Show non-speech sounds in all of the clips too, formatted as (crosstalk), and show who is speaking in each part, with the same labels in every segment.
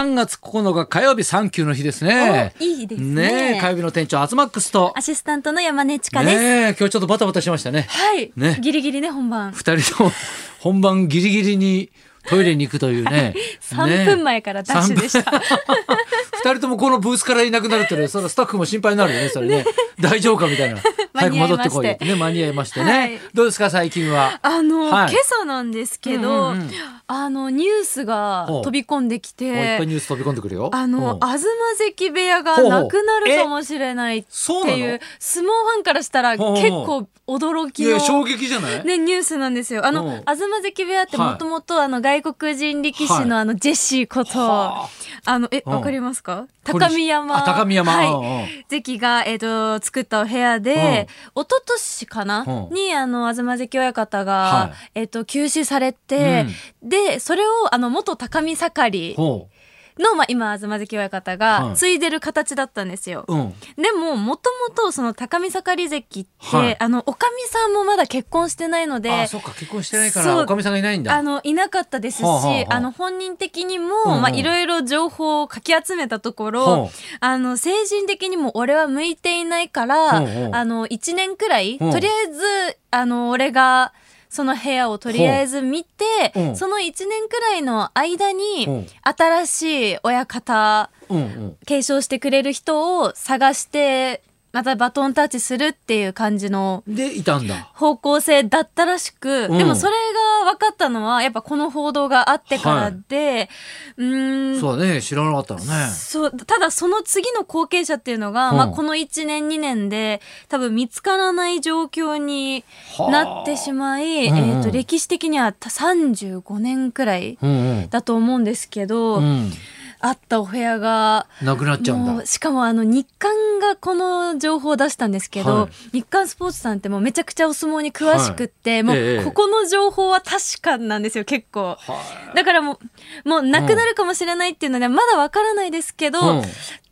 Speaker 1: 3月9日火曜日3級の日ですね。
Speaker 2: おいい日ですね
Speaker 1: ねえ火曜日の店長、アツマックスと。
Speaker 2: アシスタントの山根千佳です。
Speaker 1: ねえ今日ちょっとバタバタしましたね。
Speaker 2: はい、
Speaker 1: ね
Speaker 2: ギリギリね、本番。
Speaker 1: 二人とも (laughs) 本番ギリギリにトイレに行くという
Speaker 2: (laughs)
Speaker 1: ね。
Speaker 2: 3分前からダッシュでした。
Speaker 1: 二人ともこのブースからいなくなるってね、それはスタッフも心配になるよね、それね。大丈夫かみ
Speaker 2: (laughs)
Speaker 1: たいな。早く戻ってこいってね、間に合いましてね。
Speaker 2: はい
Speaker 1: どうですか、最近は。
Speaker 2: あ
Speaker 1: (laughs)
Speaker 2: の、
Speaker 1: はい
Speaker 2: 今朝なんですけど、
Speaker 1: うんうんうん
Speaker 2: あのニュースが
Speaker 1: ほう
Speaker 2: 飛び込んでき
Speaker 1: もういっぱい
Speaker 2: て、
Speaker 1: ニュース飛び込んでくるよ。
Speaker 2: あ
Speaker 1: うん
Speaker 2: の東関部屋が
Speaker 1: ほうほう
Speaker 2: なくなるかもしれないっ
Speaker 1: そう
Speaker 2: て
Speaker 1: なの
Speaker 2: いう相撲ファンからしたら
Speaker 1: ほうほう
Speaker 2: 結構驚
Speaker 1: い
Speaker 2: き
Speaker 1: や、衝
Speaker 2: の。
Speaker 1: 撃じゃない、
Speaker 2: ね、ニュースなんですよ。あ
Speaker 1: う
Speaker 2: の
Speaker 1: ん、
Speaker 2: 東関部屋って
Speaker 1: はい
Speaker 2: もともと、あの、外国人力士の、
Speaker 1: は
Speaker 2: あの、ジェシーこと、
Speaker 1: は
Speaker 2: あの、え、
Speaker 1: うん
Speaker 2: わかりますか
Speaker 1: これ
Speaker 2: 高見山。
Speaker 1: あ高見山。うん
Speaker 2: はい。
Speaker 1: うん
Speaker 2: 関が、えっ、と、作ったお部屋で、一昨年かな、
Speaker 1: うん
Speaker 2: に、あの、東関親方が、
Speaker 1: は
Speaker 2: えっ、と、急死されて、で、それを、あの、元高見盛り
Speaker 1: ほ
Speaker 2: の、まあ、今、東関親方
Speaker 1: は
Speaker 2: が
Speaker 1: い、
Speaker 2: 継いでる形だったんですよ。
Speaker 1: う。うん。
Speaker 2: でも、もともと、その、高見盛り関って、
Speaker 1: はい
Speaker 2: あの、おかみさんもまだ結婚してないので、
Speaker 1: あそっか結婚してないか
Speaker 2: そ
Speaker 1: ら
Speaker 2: う
Speaker 1: おかみさんがいないんだ
Speaker 2: あのいなかったですし、
Speaker 1: はあはあはあ
Speaker 2: あの本人的にも、
Speaker 1: うんうん
Speaker 2: まあいろいろ情報をかき集めたところ、
Speaker 1: は
Speaker 2: あの精神的にも俺は向いていないから、
Speaker 1: うんうん
Speaker 2: あの一年くらい、
Speaker 1: うん
Speaker 2: とりあえずあの俺がその部屋をとりあえず見て、
Speaker 1: うん
Speaker 2: その一年くらいの間に、
Speaker 1: うん
Speaker 2: 新しい親方
Speaker 1: うんうん
Speaker 2: 継承してくれる人を探してまたバトンタッチするっていう感じの
Speaker 1: でいたんだ
Speaker 2: 方向性だったらしく、
Speaker 1: うん
Speaker 2: でもそれが分かったのはやっぱこの報道があってからで、うーん
Speaker 1: そうだね知らなかったのね
Speaker 2: そうただその次の後継者っていうのが、
Speaker 1: うん
Speaker 2: まあ、この1年2年で多分見つからない状況に
Speaker 1: はあ
Speaker 2: なってしまい、
Speaker 1: うんうん
Speaker 2: えー、と歴史的にはた35年くらい
Speaker 1: うん
Speaker 2: だと思うんですけど、
Speaker 1: うんうん
Speaker 2: あったお部屋が
Speaker 1: なくなっちゃうん
Speaker 2: も
Speaker 1: だ
Speaker 2: うしかもあの日刊がこの情報を出したんですけど、
Speaker 1: はい
Speaker 2: 日刊スポーツさんってもうめちゃくちゃお相撲に詳しくって、も
Speaker 1: ええ
Speaker 2: うここの情報は確かなんですよ結構。
Speaker 1: は
Speaker 2: だからもう、もうなくなるかもしれないっていうので、まだわからないですけど、
Speaker 1: あうんこ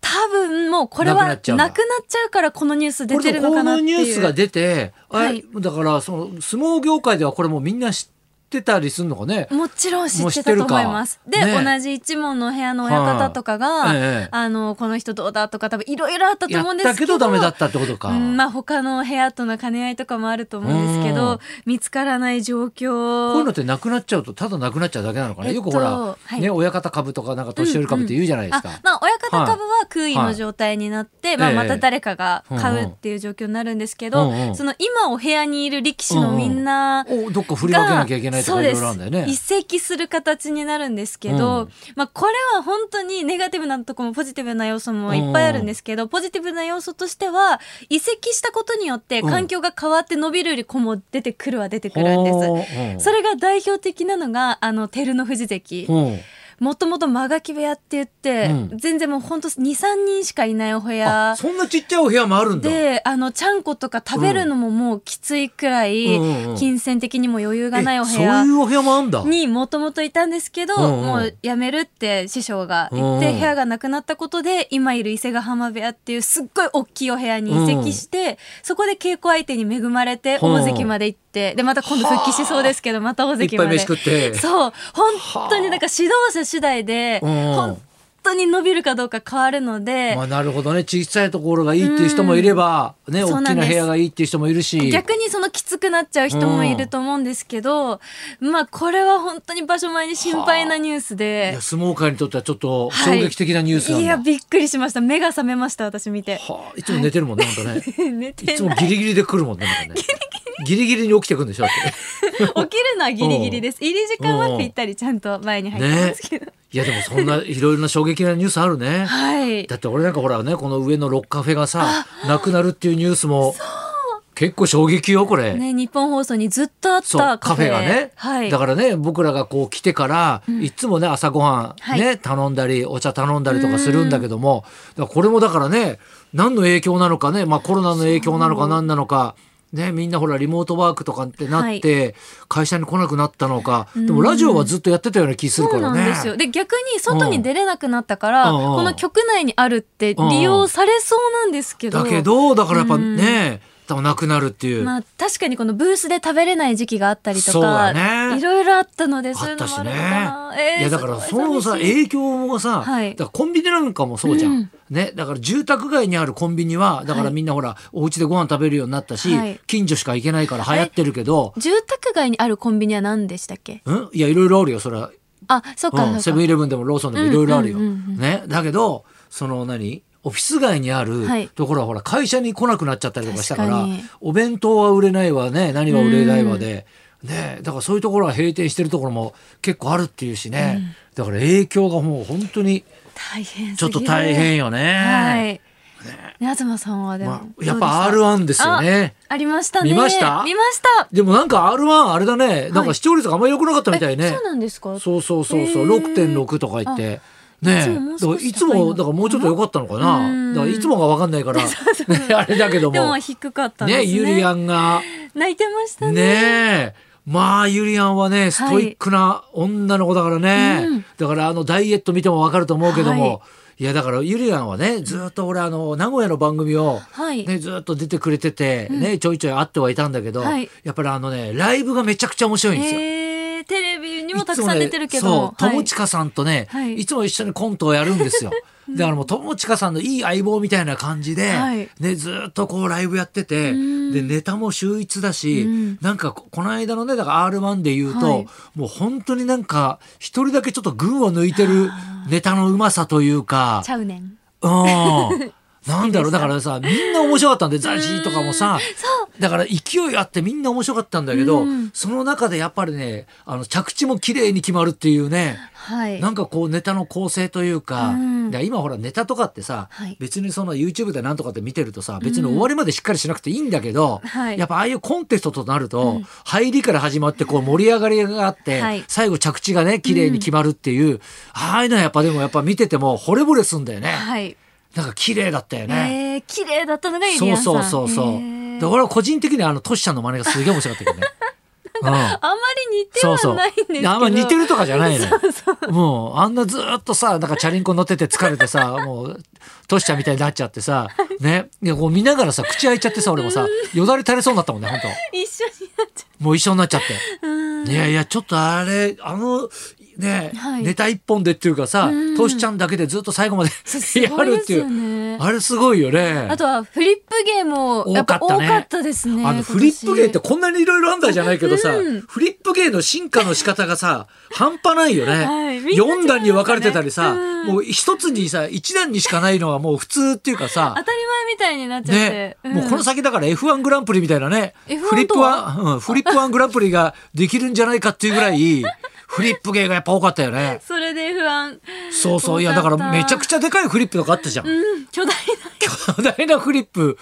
Speaker 2: 多分もうこ
Speaker 1: な
Speaker 2: れ
Speaker 1: くな
Speaker 2: はな
Speaker 1: っ
Speaker 2: く
Speaker 1: ちゃうんだ
Speaker 2: なっちゃうからこのニュース出
Speaker 1: れ
Speaker 2: て
Speaker 1: で
Speaker 2: る
Speaker 1: も
Speaker 2: の
Speaker 1: こ
Speaker 2: かなっ
Speaker 1: の
Speaker 2: て
Speaker 1: ニュース
Speaker 2: い
Speaker 1: が
Speaker 2: う。
Speaker 1: 出てあ
Speaker 2: はい
Speaker 1: れだからその相撲業界ではこれもうみんな知ってたりするのかね
Speaker 2: もちろん知
Speaker 1: もう
Speaker 2: っ
Speaker 1: 知ってて
Speaker 2: た
Speaker 1: る
Speaker 2: と
Speaker 1: か
Speaker 2: 思います。で、
Speaker 1: ね
Speaker 2: 同じ一門のお部屋の親方とかが、
Speaker 1: はいええ
Speaker 2: あの、この人どうだとか多分いろいろあったと
Speaker 1: や
Speaker 2: 思う
Speaker 1: っ
Speaker 2: んです
Speaker 1: たけ
Speaker 2: けど、
Speaker 1: どダメだったってことか
Speaker 2: うんまあ他の部屋との兼ね合いとかもあると思うんですけ
Speaker 1: うん
Speaker 2: ど見つからない状況
Speaker 1: こういうのってなくなっちゃうとただなくなっちゃうだけなのか
Speaker 2: え
Speaker 1: ね
Speaker 2: っと
Speaker 1: よくほら
Speaker 2: はい
Speaker 1: ね親方株とかなんか年寄り株って言うじゃないです
Speaker 2: あ
Speaker 1: か
Speaker 2: まあ親方株は空位の状態になって、
Speaker 1: い
Speaker 2: まあ、
Speaker 1: ええ
Speaker 2: また誰かが買うっていう状況になるんですけど、
Speaker 1: うんうん
Speaker 2: その今お部屋にいる力士のみんなが、
Speaker 1: おどっか振り分けなきゃいけないと
Speaker 2: そ
Speaker 1: か
Speaker 2: う
Speaker 1: い
Speaker 2: で
Speaker 1: ろ
Speaker 2: す
Speaker 1: いろあるんだよね
Speaker 2: 一席する形になるんですけ
Speaker 1: う
Speaker 2: ど、
Speaker 1: ん
Speaker 2: まあ、これは本当にネガティブなとこもポジティブな要素もいっぱいあるんですけど、ポジティブな要素としては移籍したことによって環境が変わって伸びる子も出てくるは出てくるんです。
Speaker 1: うん
Speaker 2: それが代表的なのがあの照ノ富士関
Speaker 1: うん
Speaker 2: もともと間垣部屋って言って、
Speaker 1: うん
Speaker 2: 全然もうほんと23人しかいないお部屋
Speaker 1: あそんなちっちゃいお部屋もあるんだ
Speaker 2: であのちゃんことか食べるのももうきついくらい、
Speaker 1: うんうんうん
Speaker 2: 金銭的にも余裕がないお部
Speaker 1: えそうい
Speaker 2: 屋
Speaker 1: うお部屋もあるんだ
Speaker 2: にもともといたんですけど、
Speaker 1: うんうん
Speaker 2: もう辞めるって師匠が言って、
Speaker 1: うんうん
Speaker 2: 部屋がなくなったことで今いる伊勢ヶ浜部屋っていうすっごい大きいお部屋に移籍して、そこで稽古相手に恵まれて
Speaker 1: うん
Speaker 2: 大関まで行ってでまた今度復帰しそうですけどまた大
Speaker 1: いっ
Speaker 2: 関
Speaker 1: ぱ
Speaker 2: ま
Speaker 1: い
Speaker 2: で
Speaker 1: 飯。食って
Speaker 2: そう本当になんか指導者次第で、
Speaker 1: うん
Speaker 2: 本当に伸びるかどうか変わるので、
Speaker 1: まあなるほどね小さいところがいいっていう人もいればね
Speaker 2: そう
Speaker 1: 大
Speaker 2: な
Speaker 1: き
Speaker 2: んで
Speaker 1: な
Speaker 2: す
Speaker 1: 部屋がいいっていう人もいるし
Speaker 2: 逆にそのきつくなっちゃう人もいると思うんですけど、まあこれは本当に場所前に心配なニュース
Speaker 1: い
Speaker 2: で
Speaker 1: や、相撲界にとってはちょっと衝
Speaker 2: はい
Speaker 1: 撃的なニュースなん
Speaker 2: い
Speaker 1: だ、
Speaker 2: やびっくりしました目が覚めました私見て
Speaker 1: はあいつも寝てるもんね、なんか
Speaker 2: (laughs)
Speaker 1: ね
Speaker 2: 寝
Speaker 1: い
Speaker 2: て
Speaker 1: つ
Speaker 2: な
Speaker 1: も
Speaker 2: い
Speaker 1: ギリギリで来るもんねなんかねギリギリに起きてくんでしょだって
Speaker 2: 起きるのはギリギリです入り時間はぴったりちゃんと前に入ってますけど、
Speaker 1: いやでもそんないろいろな衝撃なニュースあるね
Speaker 2: はい
Speaker 1: だって俺なんかほらねこの上のロッカフェがさなくなるっていうニュースも結構衝撃よこれ、
Speaker 2: ね日本放送にずっとあっ
Speaker 1: そう
Speaker 2: た
Speaker 1: カ
Speaker 2: カ
Speaker 1: フ
Speaker 2: フ
Speaker 1: ェ
Speaker 2: ェ
Speaker 1: がね、
Speaker 2: はい
Speaker 1: だからね僕らがこう来てから、いつもね朝ごはん
Speaker 2: はい
Speaker 1: ね、頼んだりお茶頼んだりとかするんだけどもだからこれもだからね何の影響なのかね、まあ、コロナの影響なのか何なのか。ね、みんなほらリモートワークとかってなって、会社に来なくなったのかでもラジオはずっとやってたような気する
Speaker 2: そ
Speaker 1: か
Speaker 2: う
Speaker 1: ら
Speaker 2: なん
Speaker 1: ね。
Speaker 2: ですよ。で、逆に外に出れなくなったから、
Speaker 1: うんうん
Speaker 2: この局内にあるって利用されそうなんですけど。
Speaker 1: だけどだからやっぱね、もなくなるっていう。
Speaker 2: まあ確かにこのブースで食べれない時期があったりと
Speaker 1: そうだ
Speaker 2: か、
Speaker 1: ね
Speaker 2: いろいろあったのでそうい
Speaker 1: あ
Speaker 2: う
Speaker 1: っ
Speaker 2: の
Speaker 1: た
Speaker 2: も
Speaker 1: し
Speaker 2: ある
Speaker 1: ね。
Speaker 2: のかな。えー
Speaker 1: いやだから
Speaker 2: す
Speaker 1: そ
Speaker 2: ごい
Speaker 1: のさ
Speaker 2: 寂しい
Speaker 1: 影響もさ、
Speaker 2: はい
Speaker 1: だからコンビニなんかもそうじゃん、
Speaker 2: うん
Speaker 1: ねだから住宅街にあるコンビニはだからみんなほら、お家でご飯食べるようになったし、
Speaker 2: はい
Speaker 1: 近所しか行けないから流行ってるけど、
Speaker 2: 住宅街にあるコンビニは何でしたっけ？
Speaker 1: うんいやいろいろあるよそれは
Speaker 2: あ、そっか、
Speaker 1: うん、
Speaker 2: そ
Speaker 1: セ
Speaker 2: っ
Speaker 1: ブ
Speaker 2: か
Speaker 1: ンイレブンでもローソンでもいろいろあるよ、
Speaker 2: うんうんうんうん
Speaker 1: ねだけどその何オフィス街にあ
Speaker 2: はい
Speaker 1: るところはほら会社に来なくなっちゃったりとかしたから
Speaker 2: 確かに
Speaker 1: お弁当は売れないわね何は売れないわで、ねだからそういうところは閉店してるところも結構あるっていうしね、だから影響がもう本当に
Speaker 2: 大変すぎる
Speaker 1: ちょっと大変よね。
Speaker 2: はい。ね、東さんはでも、
Speaker 1: まあ、やっぱ
Speaker 2: どう
Speaker 1: R1 ですよね。
Speaker 2: あありましたね。
Speaker 1: 見ました
Speaker 2: 見ました。
Speaker 1: でもなんか R1 あれだね、なんか視聴率があんまり良くなかったみたいね。
Speaker 2: えそうなんですか。
Speaker 1: そうそうそうそう、
Speaker 2: へー
Speaker 1: 六点六とか言って。ね
Speaker 2: いつ
Speaker 1: え
Speaker 2: ももう、
Speaker 1: だか
Speaker 2: 少
Speaker 1: ら
Speaker 2: し
Speaker 1: いつも、だか
Speaker 2: 高い
Speaker 1: ら
Speaker 2: の
Speaker 1: もうちょっと良かったのか
Speaker 2: う
Speaker 1: な。
Speaker 2: ん
Speaker 1: だからいつもが分かんないから、ね、 (laughs) あれだけど
Speaker 2: でもま
Speaker 1: も
Speaker 2: あ。低かったんです
Speaker 1: ね、
Speaker 2: ね。
Speaker 1: ゆりやんが、
Speaker 2: 泣いてましたね。
Speaker 1: ねえ。まあ、ゆりやんはね、ストイックな女の子だからね。
Speaker 2: うん
Speaker 1: だから、あの、ダイエット見ても分かると思うけども。、
Speaker 2: はい
Speaker 1: や、だから、ゆりやんはね、ずっと俺、あの、名古屋の番組を、
Speaker 2: はい。
Speaker 1: ね、ずっと出てくれてて、ね、ちょいちょい会ってはいたんだけど、
Speaker 2: はい
Speaker 1: やっぱりあのね、ライブがめちゃくちゃ面白いんですよ。
Speaker 2: えー、テレビにもたく
Speaker 1: いつ
Speaker 2: さん
Speaker 1: ね
Speaker 2: 出てるけど、
Speaker 1: そう、
Speaker 2: はい
Speaker 1: 友近さんとね、
Speaker 2: はい
Speaker 1: い、つも一緒にコントをやるん
Speaker 2: (laughs)
Speaker 1: ですよ。だからもう友近さんのいい相棒みたいな感じで、
Speaker 2: はい
Speaker 1: ね、ずっとこうライブやってて、
Speaker 2: うん
Speaker 1: で、ネタも秀逸だし、
Speaker 2: うん
Speaker 1: なんかここの間のね、だから R1 で言うと、
Speaker 2: はい
Speaker 1: もう本当になんか一人だけちょっと群を抜いてるネタのうまさというか
Speaker 2: (laughs) ち、ゃうねん。
Speaker 1: うん。なんだろう、だからさ、みんな面白かったんで、ザジーとかもさ、
Speaker 2: そう。
Speaker 1: だから勢いあってみんな面白かったんだけど、
Speaker 2: うん
Speaker 1: その中でやっぱりねあの着地も綺麗に決まるっていうね
Speaker 2: はい。
Speaker 1: なんかこうネタの構成というか、
Speaker 2: うん
Speaker 1: で今ほらネタとかってさ、
Speaker 2: はい
Speaker 1: 別にその YouTube でなんとかって見てるとさ別に終わりまでしっかりしなくていいんだけど、
Speaker 2: はい
Speaker 1: やっぱああいうコンテストとなると、入りから始まってこう盛り上がりがあって、
Speaker 2: はい
Speaker 1: 最後着地がね綺麗に決まるっていう、ああいうのはやっぱでもやっぱ見てても惚れ惚れすんだよね、
Speaker 2: はい。
Speaker 1: なんか綺麗だったよ
Speaker 2: え
Speaker 1: ね。
Speaker 2: ー、綺麗だったのがゆり
Speaker 1: そ
Speaker 2: や
Speaker 1: うん
Speaker 2: さん。
Speaker 1: そうそうそう。
Speaker 2: えー
Speaker 1: で俺は個人的にはあのトシちゃんの真似がすげえ面白かったけど
Speaker 2: (laughs)
Speaker 1: ね。うん。
Speaker 2: あまり似て
Speaker 1: そうそ
Speaker 2: は
Speaker 1: う
Speaker 2: ないんですけ。ど。
Speaker 1: あんま似てるとかじゃないのよ。
Speaker 2: (laughs) そうそう。
Speaker 1: もうあんなずーっとさなんかチャリンコ乗ってて疲れて
Speaker 2: (laughs)
Speaker 1: さもうトシちゃんみたいになっちゃってさねいやこう見ながらさ口開いちゃってさ俺もさよだれ垂れそうになったもんね本
Speaker 2: 一緒になっちゃ
Speaker 1: 当もう一緒になっちゃって。
Speaker 2: う。うん。
Speaker 1: いやいやちょっとあれあのね、
Speaker 2: はい
Speaker 1: ネタ一本でっていうかさ
Speaker 2: うん
Speaker 1: トシちゃんだけでずっと最後まで
Speaker 2: す
Speaker 1: や
Speaker 2: ごい
Speaker 1: る
Speaker 2: で
Speaker 1: って
Speaker 2: す
Speaker 1: いう、
Speaker 2: よ
Speaker 1: (laughs)
Speaker 2: ね。
Speaker 1: あれすごいよね。
Speaker 2: あとはフリップ芸もやっぱ
Speaker 1: 多か
Speaker 2: 多
Speaker 1: ったね
Speaker 2: かったですね。
Speaker 1: あのフリップ芸ってこんなにいろいろあんだじゃないけどさ、
Speaker 2: うん
Speaker 1: フリップ芸の進化の仕方が
Speaker 2: (laughs)
Speaker 1: さ半端ないよね、
Speaker 2: はいみんな違いましたね
Speaker 1: 4段に分かれてたりさ、
Speaker 2: うん
Speaker 1: もう一つにさ1段にしかないのがもう普通っていうかさ
Speaker 2: 当たり前みたいになっちゃって。
Speaker 1: ね、
Speaker 2: うん
Speaker 1: もうこの先だから F1 グランプリみたいなね、
Speaker 2: F1
Speaker 1: フリップ
Speaker 2: とは
Speaker 1: ワン、うん、フリップワングランプリができるんじゃないかっていうぐら
Speaker 2: (laughs)
Speaker 1: い、フリップ芸がやっぱ多かったよね。
Speaker 2: それで不安。
Speaker 1: そうそう、いやだからめちゃく
Speaker 2: ゃ。
Speaker 1: ちゃでかいフリップとかあったじゃん。
Speaker 2: うん、巨大な。
Speaker 1: (laughs) 巨大なフリップ。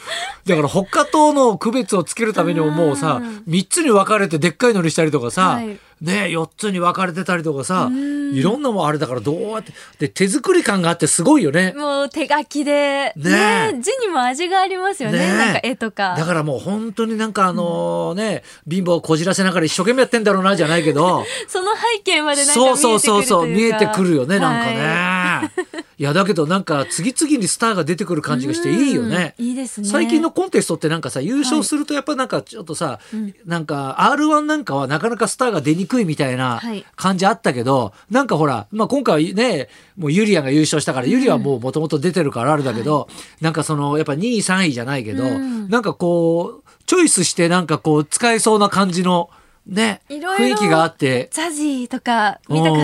Speaker 1: だから他との区別をつけるためにももうさ
Speaker 2: うん、
Speaker 1: 3つに分かれてでっかいのにしたりとかさ、
Speaker 2: はい
Speaker 1: ね、4つに分かれてたりとかさ、
Speaker 2: うん
Speaker 1: いろんなもんあれだからどうやって、で、手作り感があってすごいよね。
Speaker 2: もう手書きで。
Speaker 1: ねえ
Speaker 2: 字にも味がありますよね。
Speaker 1: ねえ
Speaker 2: なんか絵とか。
Speaker 1: だからもう本当になんかあのね、貧乏をこじらせながら一生懸命やってんだろうなじゃないけど、
Speaker 2: (laughs) その背景までなんか見え
Speaker 1: そう
Speaker 2: てく
Speaker 1: そ
Speaker 2: るというう
Speaker 1: そうそう、見えてくるよね、なん
Speaker 2: ね。
Speaker 1: か
Speaker 2: (laughs)
Speaker 1: ね。いや、だけどなんか次々にスターが出てくる感じがしていいよね。
Speaker 2: うんいいですね。
Speaker 1: 最近のコンテストってなんかさ優勝するとやっぱなんかちょっとさ、なんか r 1なんかはなかなかスターが出にくいみたいな
Speaker 2: はい
Speaker 1: 感じあったけど、なんかほら、まあ、今回ねもうユリアが優勝したから、ユリアはもうもともと出てるからあれだけど、なんかそのやっぱ2位3位じゃないけど、
Speaker 2: うん
Speaker 1: なんかこうチョイスしてなんかこう使えそうな感じのね
Speaker 2: いろい
Speaker 1: 雰囲
Speaker 2: ろ
Speaker 1: 気があって
Speaker 2: ザジーとか見たかっ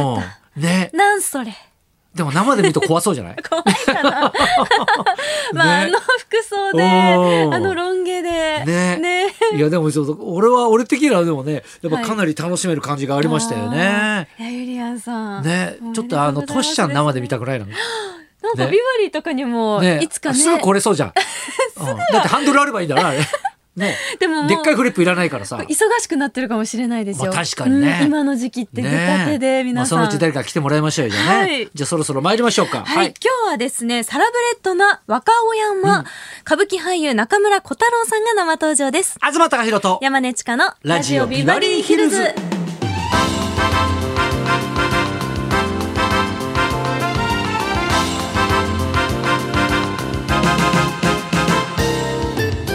Speaker 1: うんね
Speaker 2: た。なんそれ。
Speaker 1: でも生で見ると怖そうじゃない
Speaker 2: (laughs) 怖い
Speaker 1: (laughs)
Speaker 2: かな。まあ、あ
Speaker 1: ね
Speaker 2: の服装
Speaker 1: お
Speaker 2: で、
Speaker 1: ー
Speaker 2: あのロン毛で。
Speaker 1: ね
Speaker 2: ね
Speaker 1: いやでもちょっと俺は俺的にはでもねやっぱ
Speaker 2: はい
Speaker 1: かなり楽しめる感じがあ
Speaker 2: あ
Speaker 1: りましたよね。
Speaker 2: ー。いや、ゆりやんさん。
Speaker 1: ね
Speaker 2: おめ
Speaker 1: ち
Speaker 2: で、と
Speaker 1: ょっ
Speaker 2: うござい
Speaker 1: とあ
Speaker 2: ま
Speaker 1: の
Speaker 2: す
Speaker 1: トシちゃん生で見たくないの。
Speaker 2: なんか
Speaker 1: ね
Speaker 2: ビバリーとかにも、
Speaker 1: ね、
Speaker 2: いつかね。
Speaker 1: すぐ来れそうじゃ
Speaker 2: (laughs)
Speaker 1: ん。うんだってハンドルあればいいんだよなあれ。 (laughs) ね、
Speaker 2: でももう
Speaker 1: でっかいフリップいらないからさ。
Speaker 2: 忙しくなってるかもしれないです
Speaker 1: ま
Speaker 2: よ。
Speaker 1: あ確かにね
Speaker 2: うん今の時期って出たてで
Speaker 1: ま
Speaker 2: 皆
Speaker 1: あ
Speaker 2: さ
Speaker 1: そ
Speaker 2: ん。
Speaker 1: のうち誰か来てもらいましょうよじゃあ
Speaker 2: は
Speaker 1: ね
Speaker 2: い。
Speaker 1: じゃあそろそろ参りましょうか。
Speaker 2: はい、今日はですね、サラブレッドな若尾山、歌舞伎俳優中村小太郎さんが生登場です。
Speaker 1: 東貴博と。
Speaker 2: 山根千佳の
Speaker 1: ラジオビバリーヒルズ。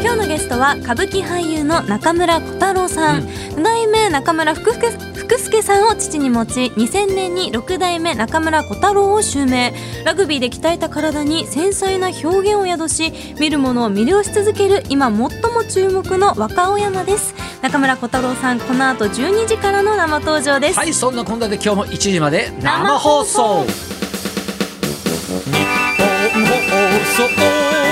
Speaker 2: 今日のゲストはは歌舞伎俳優の中村小太郎さん、
Speaker 1: うん
Speaker 2: 二代目中村福助福助さんを父に持ち2000年に六代目中村小太郎を襲名ラグビーで鍛えた体に繊細な表現を宿し見る者を魅了し続ける今最も注目の若尾山です中村小太郎さんこの後12時からの生登場です、
Speaker 1: はいそんなこんなで今日も1時まで生放送日本放送